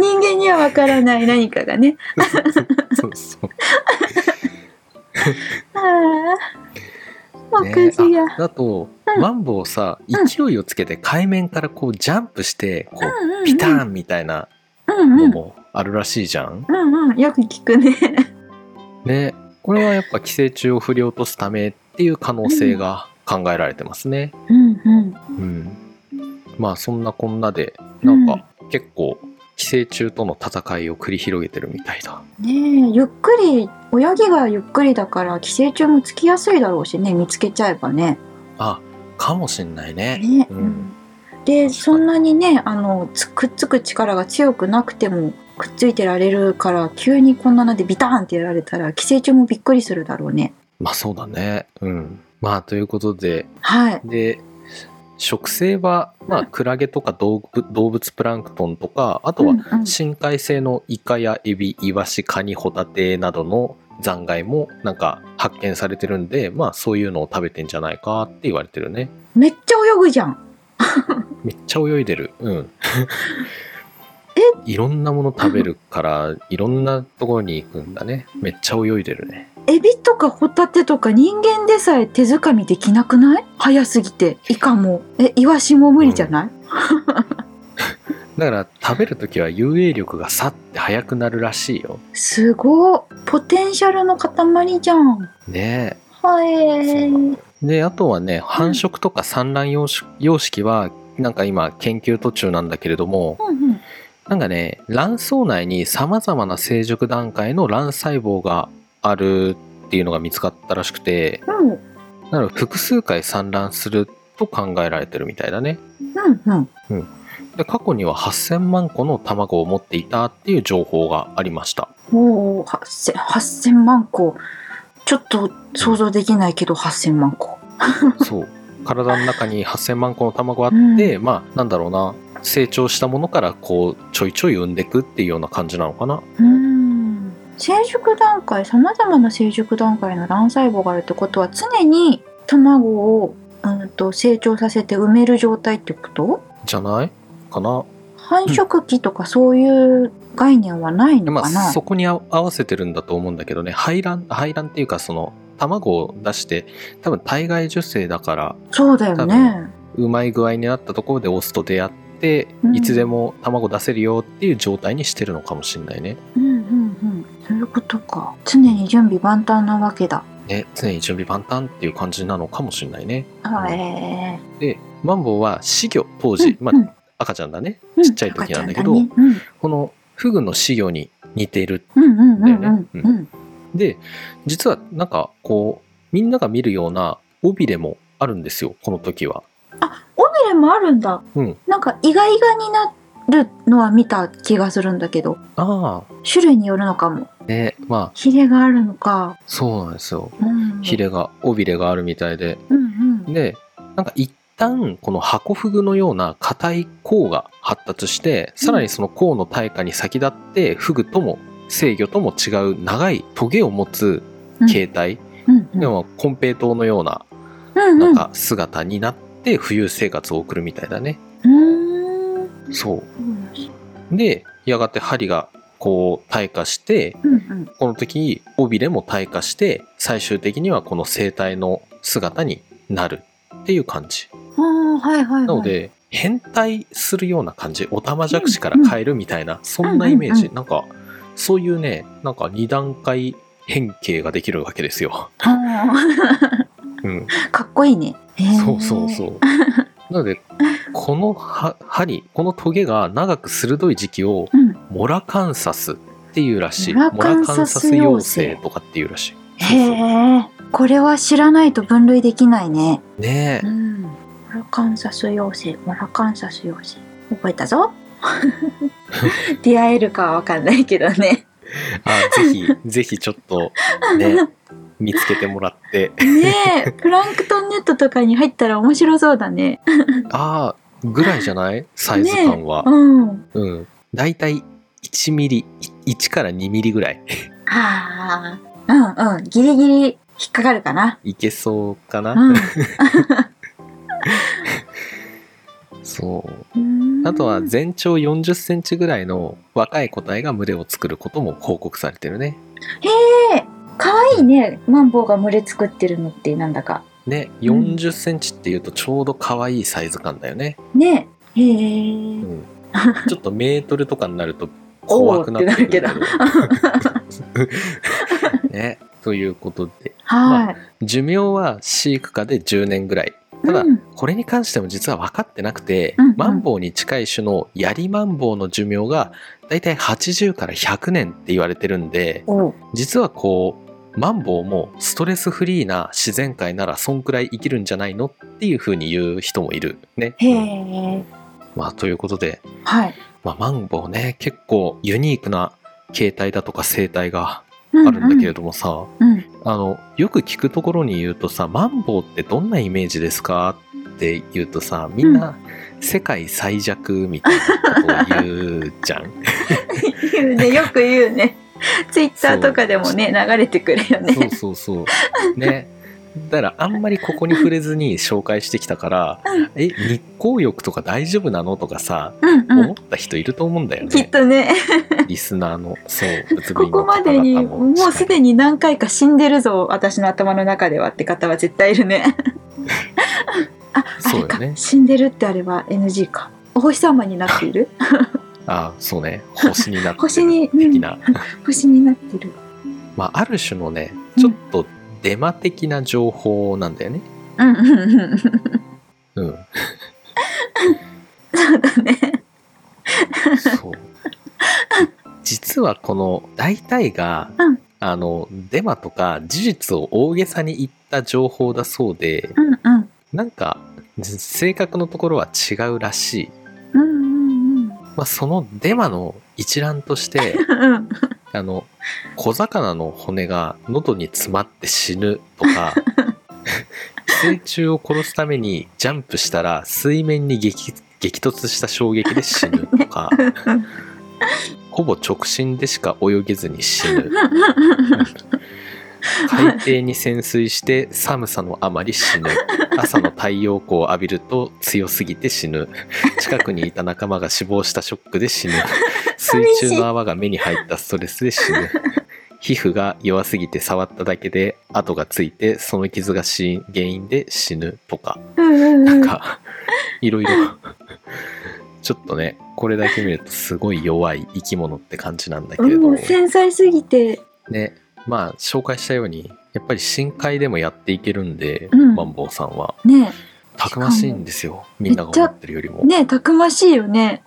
C: 人間にはわからない何かがね
B: そうそう。
C: ああお
B: ね
C: かしいや。
B: ああと、マンボウさ、
C: うん
B: 勢いをつけて海面からこうジャンプして、こう、
C: うんうんうん
B: ピターンみたいな
C: うんう
B: の
C: ん
B: もあるらしいじゃん。
C: うんうんよく聞くね
B: ね。これはやっぱ寄生虫を振り落とすためっていう可能性が考えられてますね。
C: うんうん
B: うん。まあそんなこんなで、なんか結構寄生虫との戦いを繰り広げてるみたいだ。
C: ねえゆっくり親木がゆっくりだから寄生虫もつきやすいだろうしね見つけちゃえばね
B: あ、かもしんないね。
C: ね、
B: うん
C: でそんなにねあのつくっつく力が強くなくてもくっついてられるから急にこんなのでビターンってやられたら寄生虫もびっくりするだろうね
B: まあそうだね。うん。まあということで、
C: はい
B: で植生は、まあ、クラゲとか動物動物プランクトンとかあと
C: う
B: は
C: んうん
B: 深海性のイカやエビイワシカニホタテなどの残骸もなんか発見されてるんで、まあ、そういうのを食べてんじゃないかって言われてるね
C: めっちゃ泳ぐじゃん
B: めっちゃ泳いでるうん いろんなもの食べるからいろんなところに行くんだねめっちゃ泳いでるね
C: エビとかホタテとか人間でさえ手づかみできなくない早すぎてイカもえイワシも無理じゃない、
B: だから食べるときは遊泳力がさって速くなるらしいよ
C: すごっポテンシャルの塊じゃん
B: ねえ
C: は
B: そ
C: えー、
B: で、あとはね、繁殖とか産卵様式様式は、なんか今研究途中なんだけれども、
C: うんうん
B: なんかね、卵巣内に様々な成熟段階の卵細胞があるっていうのが見つかったらしくて、
C: うん
B: なので複数回産卵すると考えられてるみたいだね。
C: うんうん
B: で過去には8000万個の卵を持っていたっていう情報がありました。
C: おお8,000万個ちょっと想像できないけど8,000万個
B: そう。体の中に8000万個の卵あって、まあ、なんだろうな、成長したものからこう、ちょいちょい産んでいくっていうような感じなのかな。
C: うーん成熟段階さまざまな成熟段階の卵細胞があるってことは常に卵を、うん、と成長させて埋める状態ってこと
B: じゃないかな。
C: 繁殖期とかそういう概念はないの
B: ま
C: かな、
B: あ、そこにあ合わせてるんだと思うんだけどね、排卵、排卵っていうか、その、卵を出して、多分体外受精だから、
C: そうだよね
B: うまい具合になったところでオスと出会って、
C: うん
B: いつでも卵出せるよっていう状態にしてるのかもしんないね。
C: うんうんうんそういうことか常に準備万端なわけだ
B: ね、常に準備万端っていう感じなのかもしんないね。
C: はい、え
B: で、マンボウは死魚、当
C: ー
B: 時、
C: うん
B: ま
C: うん
B: あ、赤ちゃんだね。ちっちゃい時なんだけど、
C: 赤ちゃんだね
B: このフグの死魚に似ている
C: うんうんうんうんうん、
B: だよね
C: う、
B: うんで実はなんかこうみんなが見るような尾びれもあるんですよこの時は
C: 尾びれもあるんだ、
B: うん
C: なんかイガイガになっるのは見た気がするんだけど
B: ああ
C: 種類によるのかも
B: ねまあ
C: ヒレがあるのか、
B: そうなんですよ
C: うん、
B: ヒレが尾びれがあるみたいで
C: うんうん
B: でなんか一旦このハコフグのような硬い甲が発達してさらにその甲の退化に先立ってフグとも制御とも違う長いトゲを持つ形態、
C: うんうん
B: でも金平糖のような
C: うん
B: な
C: うんん
B: か姿になって浮遊生活を送るみたいだね、
C: うーん
B: そ
C: そうなんです
B: うでやがて針がこう退化して
C: うんうん
B: この時に尾びれも退化して最終的にはこの生態の姿になるっていう感じ
C: あーはいはいはい
B: なので、変態するような感じ、おたまじゃくしから変えるみたいな、そんなイメージ、
C: うんうん
B: なんか、そういうね、なんか二段階変形ができるわけですよ。
C: あ
B: うん、
C: ーかっこいいねへー
B: そうそう そう。なので、このは針、このトゲが長く鋭い時期を
C: うん
B: モラカンサスっていうらしい。
C: モラカンサス妖精
B: モラカンサス妖精とかっていうらしい。そうそ
C: へえこれは知らないと分類できないね
B: うね
C: う
B: え、
C: んモラカンサス妖精モラカンサス妖精覚えたぞ 出会えるかは分かんないけどね
B: あぜ ひ、ぜひちょっと、ね、見つけてもらって。
C: ねえプランクトンネットとかに入ったら面白そうだね
B: ああ、ぐらいじゃないサイズ感は。
C: うん
B: うん。大体1ミリ、い1から2ミリぐらい。
C: ああうんうんギリギリ引っかかるかない
B: けそうかな。
C: うん
B: そうう。
C: ん
B: あとは全長40センチぐらいの若い個体が群れを作ることも報告されてるね。
C: 可愛いねマンボウが群れ作ってるのってなんだか
B: ね、
C: うん
B: 40センチっていうとちょうど可愛いサイズ感だよ ね。
C: ねえへ
B: う
C: え
B: ん。ちょっとメートルとかになると怖くなってくるけど。
C: お
B: ね。ということで、
C: はい、
B: 寿命は飼育下で10年ぐらい。ただ、
C: うん
B: これに関しても実は分かってなくて、
C: うんうん
B: マンボウに近い種のヤリマンボウの寿命がだいたい80から100年って言われてるんで
C: おう
B: 実はこうマンボウもストレスフリーな自然界ならそんくらい生きるんじゃないのっていうふうに言う人もいるね。
C: へえ
B: まあ、ということで、
C: はい、
B: まあ、マンボウね結構ユニークな形態だとか生態が
C: う
B: あるんだけれどもさ、
C: うん
B: あのよく聞くところに言うとさマンボウってどんなイメージですかって言うとさみんな世界最弱みたいなことを言うじゃん。
C: 言 うねよく言うねツイッターとかでもね流れてくるよ
B: そう
C: ね
B: そうそう。ね。だからあんまりここに触れずに紹介してきたから「え日光浴とか大丈夫なの?」とかさ
C: うんう
B: 思
C: ん
B: った人いると思うんだよ
C: きっ
B: ね、
C: とね
B: リスナーのそう物
C: こ
B: 理
C: こ
B: の方々も
C: までにもうすでに何回か死んでるぞ私の頭の中ではって方は絶対いる ねああ
B: そう
C: れ
B: よね
C: か、死んでるってあれは NG かお星様になって いる
B: あそうね星になってる
C: 星にうん
B: 的な、
C: 星になってる
B: まあ、ある種のね
C: うん
B: ちょっとデマ的な情報なんだよね。
C: うんうんうん
B: うん、
C: そうだね
B: そう実はこの大体が、
C: うん
B: あのデマとか事実を大げさに言った情報だそうで
C: うんうん
B: なんか正確のところは違うらしい、
C: うんうん
B: まあ、そのデマの一覧として
C: うんうん
B: あの小魚の骨が喉に詰まって死ぬとか寄生虫を殺すためにジャンプしたら水面に激激突した衝撃で死ぬとか。ほぼ直進でしか泳げずに死ぬ海底に潜水して寒さのあまり死ぬ朝の太陽光を浴びると強すぎて死ぬ近くにいた仲間が死亡したショックで死ぬ水中の泡が目に入ったストレスで死ぬ皮膚が弱すぎて触っただけで跡がついてその傷が死因原因で死ぬとか
C: うん
B: な
C: うんん
B: か、 いろいろ。ちょっとね、これだけ見るとすごい弱い生き物って感じなんだけ
C: う
B: れ
C: んも
B: ど
C: う、繊細すぎて
B: ね、まあ、紹介したように、やっぱり深海でもやっていけるんで、
C: うん
B: マンボウさんは。
C: ね
B: たくましいんですよ、みんなが思ってるよりも。
C: ねたくましいよね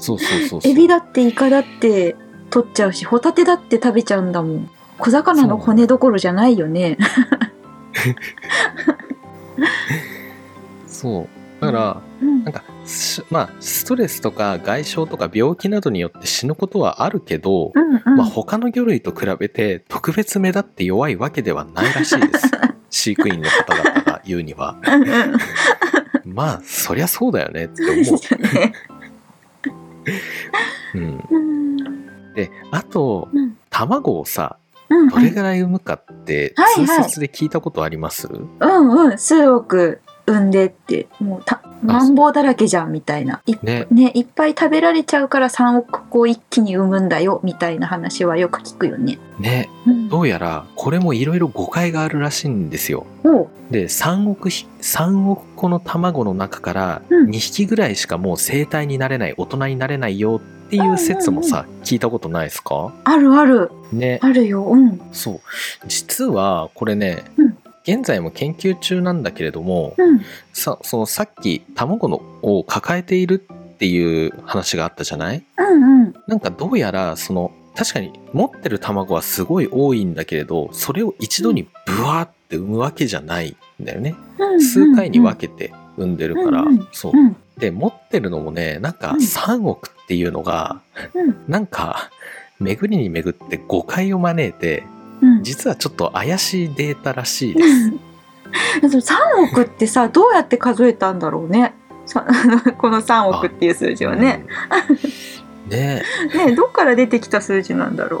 B: そうそうそうそう。
C: エビだってイカだって取っちゃうしホタテだって食べちゃうんだもん小魚の骨どころじゃないよね
B: そう。だから、
C: うん
B: なんか、しまあ、ストレスとか外傷とか病気などによって死ぬことはあるけど、
C: うんうん。
B: まあ、他の魚類と比べて特別目立って弱いわけではないらしいです 飼育員の方々が言うには
C: うんうん。
B: まあそりゃそうだよねって
C: そう
B: 思
C: だね。
B: う、うん、
C: うん。
B: であと
C: うん
B: 卵をさ
C: うん
B: どれぐらい産むかって
C: はい
B: 通
C: はい
B: 説で聞いたことあります、
C: うんうん。数億産んでって、もうた、マンボウだらけじゃんみたいな。い
B: ね
C: ね、いっぱい食べられちゃうから3億個一気に産むんだよみたいな話はよく聞くよね。
B: ね
C: うん、
B: どうやらこれもいろいろ誤解があるらしいんですよ
C: おう
B: で3億ひ3億個の卵の中から
C: うん
B: 2匹ぐらいしかもう生体になれない大人になれないよっていう説もさ聞いたことないですか
C: あるある
B: ね
C: あるよ。うん
B: そう実はこれね、
C: うん
B: 現在も研究中なんだけれども
C: うん
B: さそのさっき卵のを抱えているっていう話があったじゃない
C: うんうん
B: なんかどうやらその確かに持ってる卵はすごい多いんだけれどそれを一度にブワーって産むわけじゃないんだよね、
C: うんうん。
B: 数回に分けて産んでるから、
C: うんうん
B: そう
C: うん
B: で持ってるのもねなんか
C: うん
B: 3億っていうのが、
C: うん
B: なんか巡りに巡って誤解を招いて
C: うん。
B: 実はちょっと怪しいデータらしいです。
C: でも3億ってさどうやって数えたんだろうね。さこの3億っていう数字はね。
B: うん。ね
C: ねどっから出てきた数字なんだろう。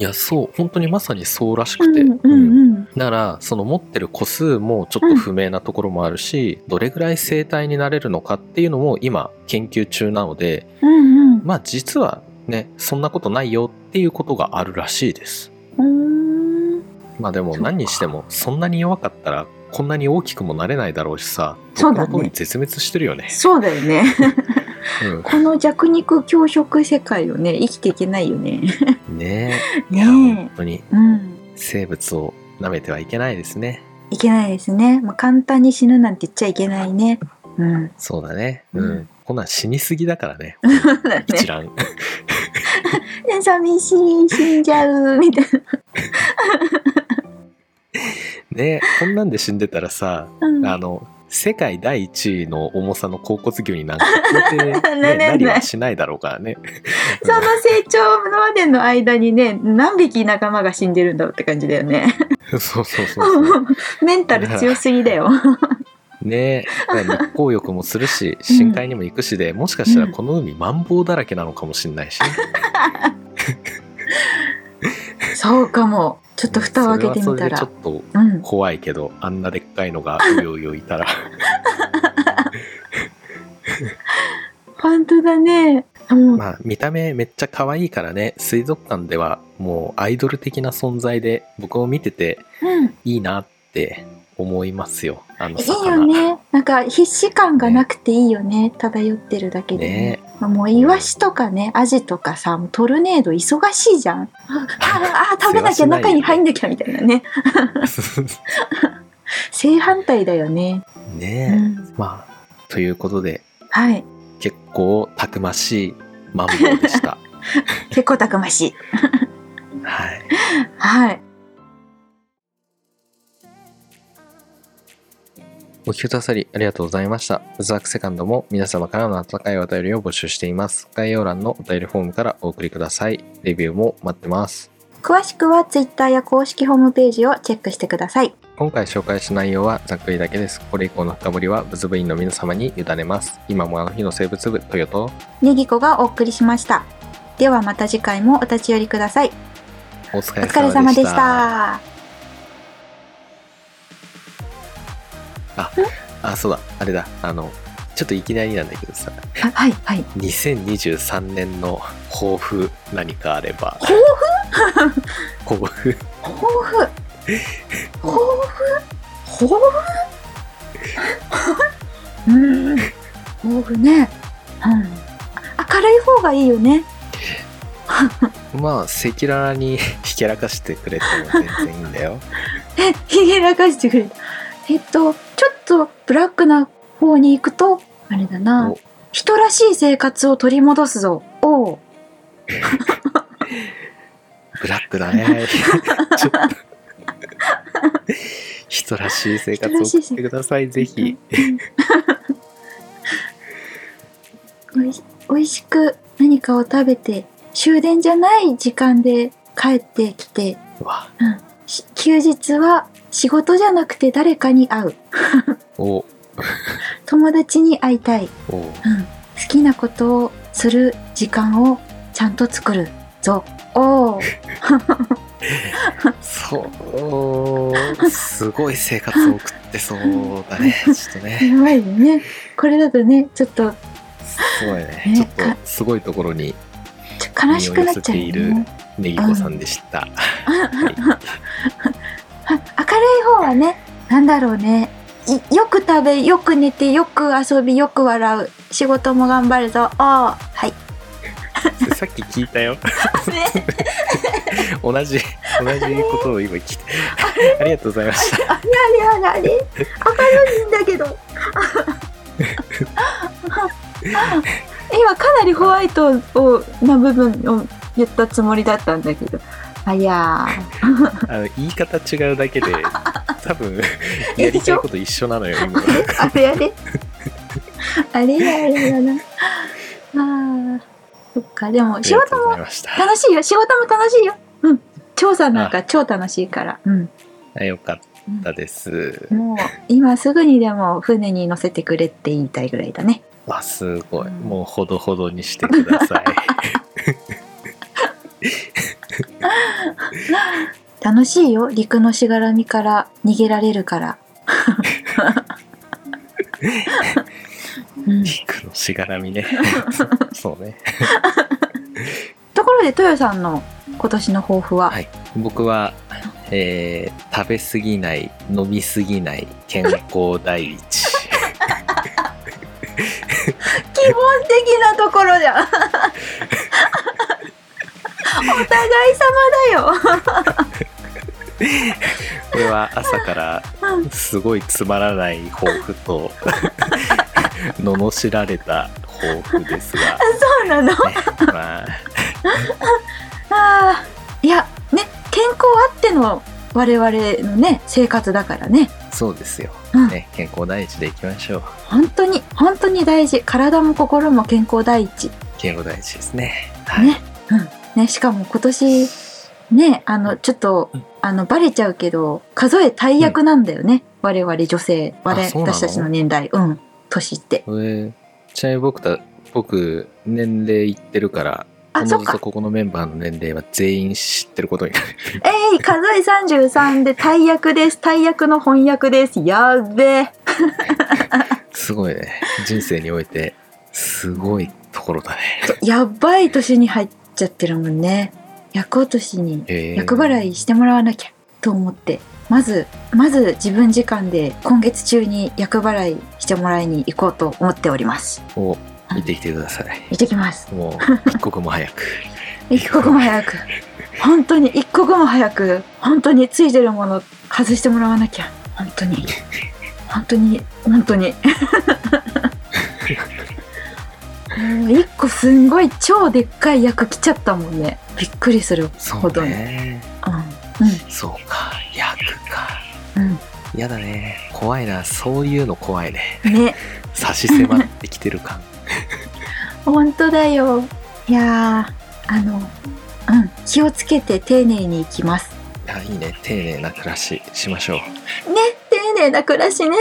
B: えいやそう本当にまさにそうらし
C: う
B: く
C: ん
B: て、
C: うん
B: うん
C: うん
B: だからその持ってる個数もちょっと不明なところもあるし、どれぐらい生体になれるのかっていうのも今研究中なので
C: うんうん。
B: まあ実はねそんなことないよっていうことがあるらしいです。
C: うーん
B: まあでも
C: そうか
B: 何にしてもそんなに弱かったらこんなに大きくもなれないだろうしさ
C: そうだね
B: 僕の通り絶滅してるよね。
C: そうだよね。この弱肉強食世界をね生きていけないよね。
B: うん、ねえいや
C: ね
B: 本当に
C: え。うん。
B: 生物を舐めてはいけないですね。
C: いけないですね。まあ、簡単に死ぬなんて言っちゃいけないね。うん。
B: そうだね。うん。
C: うん
B: こんなん死にすぎだからね。一 覧。
C: ね寂しい、死んじゃう、みたい
B: ねこんなんで死んでたらさ、
C: な。うん
B: あの、世界第一位の重さの甲骨魚になんか到 底、
C: な
B: ね、
C: れない
B: なりはしないだろうから ね。
C: その成長までの間にね、何匹仲間が死んでるんだろうって感じだよね。
B: そうそうそうそう。
C: メンタル強すぎだよ。
B: ねだから日光浴もするし、深海にも行くしで、もしかしたらこの海、マンボウだらけなのかもしれないしね、
C: そうかも。ちょっと蓋を開けてみたら。
B: それはそれでちょっと
C: うん。
B: 怖いけど、あんなでっかいのがうようよいたら。
C: 本当だね。もう、
B: まあ、見た目めっちゃ可愛いからね、水族館ではもうアイドル的な存在で、僕を見てて
C: うん。
B: いいなって思いますよ、あの
C: いいよ
B: 魚。
C: ね。なんか必死感がなくていいよね。漂ってるだけでね。
B: ね
C: まあもうイワシとかね、アジとかさ、もうトルネード忙しいじゃ ん。あああ、食べなき
B: 世話
C: ゃ
B: しないよ
C: 中に入んなきゃみたいな ね。正反対だよね。う
B: ね
C: ん、
B: まあ、ということで、
C: はい。
B: 結構たくましいマンボウで した。
C: 結構たくましい。
B: はい。
C: はい。
B: お聞きくださりありがとうございました。うずわくセカンドも皆様からの温かいお便りを募集しています。概要欄のお便りフォームからお送りください。レビューも待ってます。
C: 詳しくは Twitter や公式ホームページをチェックしてください。
B: 今回紹介した内容はざっくりだけです。これ以降の深掘りは物部員の皆様に委ねます。今もあの日の生物部、トヨと、
C: ネギコがお送りしました。ではまた次回もお立ち寄りください。
B: お疲
C: お
B: れ
C: 疲れ
B: 様
C: 様
B: で
C: で
B: し。
C: した た。
B: あ、そうだ、あれだ、あの、ちょっといきなりなんだけどさ、
C: あはい、はい。
B: 2023年の抱負何かあれば。抱負抱負
C: 豊富。豊富。豊富。うん。豊富ね。うん。明るい方がいいよね。
B: まあ、赤裸々にひけらかしてくれても全然いいんだよ。
C: え、ひげらかしてくれた。えっと、ちょっとブラックな方に行くと、あれだな
B: お。
C: 人らしい生活を取り戻すぞ。おう。
B: ブラックだね。ちょっと人らしい生活を送ってください、ぜひ。
C: うん。 美味しく何かを食べて終電じゃない時間で帰ってきて
B: うわ
C: し休日は仕事じゃなくて誰かに会う
B: お
C: 友達に会いたい、
B: お
C: うん、好きなことをする時間をちゃんと作るぞおー
B: そうすごい生活を送ってそうだ ねちょっとね
C: やばいねこれだとねちょっと
B: すごいね
C: ね
B: ちょっとすごいところに
C: ちょ悲しくなっち
B: 身を寄せ
C: ゃう
B: ている
C: ね
B: ねぎこさんでした、はい
C: は明るい方はねなんだろうねいよく食べよく寝てよく遊びよく笑う仕事も頑張るぞおー はい
B: それさっき聞いたよ同じ同じことを今聞い てありがとうございました
C: あれあれあれ明るいんだけど今かなりホワイトをな部分を言ったつもりだったんだけどあいや
B: あの言い方違うだけで多分やりたいこと一緒なのよ今
C: ーあれあれあれあれだなあーそっかでも仕事
B: もありがとうございました
C: 楽しいよ仕事も楽しいようん調査なんか超楽しいからうん
B: あよかったです
C: もう今すぐにでも船に乗せてくれって言いたいぐらいだね
B: わすごいもうほどほどにしてくださ い
C: 楽しいよ陸のしがらみから逃げられるから、うん
B: 陸のしがらみねそうね
C: ところで豊さんの今年の抱負は、
B: はい僕は、えー食べ過ぎない飲み過ぎない健康第 一
C: 基本的なところじゃんお互い様だよ
B: これは朝からすごいつまらない抱負と 罵られた抱負ですが、
C: そうなの
B: ねまあ
C: あーいやね健康あっての我々のね生活だからね
B: そうですよ、
C: うん
B: ね、健康第一でいきましょう
C: 本当に本当に大事体も心も健康第一
B: 健康第一ですねはい、
C: ね、うん、ねしかも今年ねあのちょっとあのバレちゃうけど数え大役なんだよね、我々女性我
B: あそうなの
C: 私たちの年代うん年って
B: えーちなみに僕た僕年齢いってるから
C: あ
B: こ
C: そ
B: の
C: っ
B: ず
C: か
B: とここのメンバーの年齢は全員知ってることになる
C: えい数え33で大役です大役の翻訳ですやっべえ
B: すごいね人生においてすごいところだね
C: やばい年に入っちゃってるもんね役落としに
B: えー
C: 厄払いしてもらわなきゃと思ってまずまず自分時間で今月中に厄払いしてもらいに行こうと思っております
B: を見てきてください
C: 行ってきます
B: もう一刻も早く
C: 一刻も早く本当に一刻も早く本当についてるもの外してもらわなきゃ本当に本当に本当に もう一個すんごい超でっかい役来ちゃったもんねびっくりする
B: そ
C: ほ
B: う
C: ど
B: ね
C: う
B: そうか役か
C: んうん
B: やだね怖いなそういうの怖いね
C: うんね
B: 差し迫ってきてる感
C: 本当だよいやーあのうん気をつけて丁寧に行きます
B: いやいいね丁寧な暮らししましょう
C: ね丁寧な暮らしね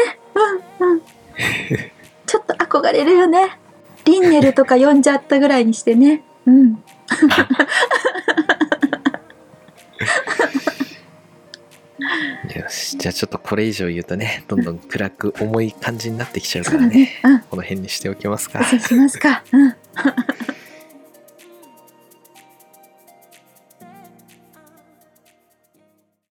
C: うんうんちょっと憧れるよねリンネルとか呼んじゃったぐらいにしてねうん
B: よしじゃあちょっとこれ以上言うとねどんどん暗く重い感じになってきちゃうか
C: そう
B: ら
C: だ
B: ね
C: ねうん
B: この辺にしておきますか
C: そうしますかうん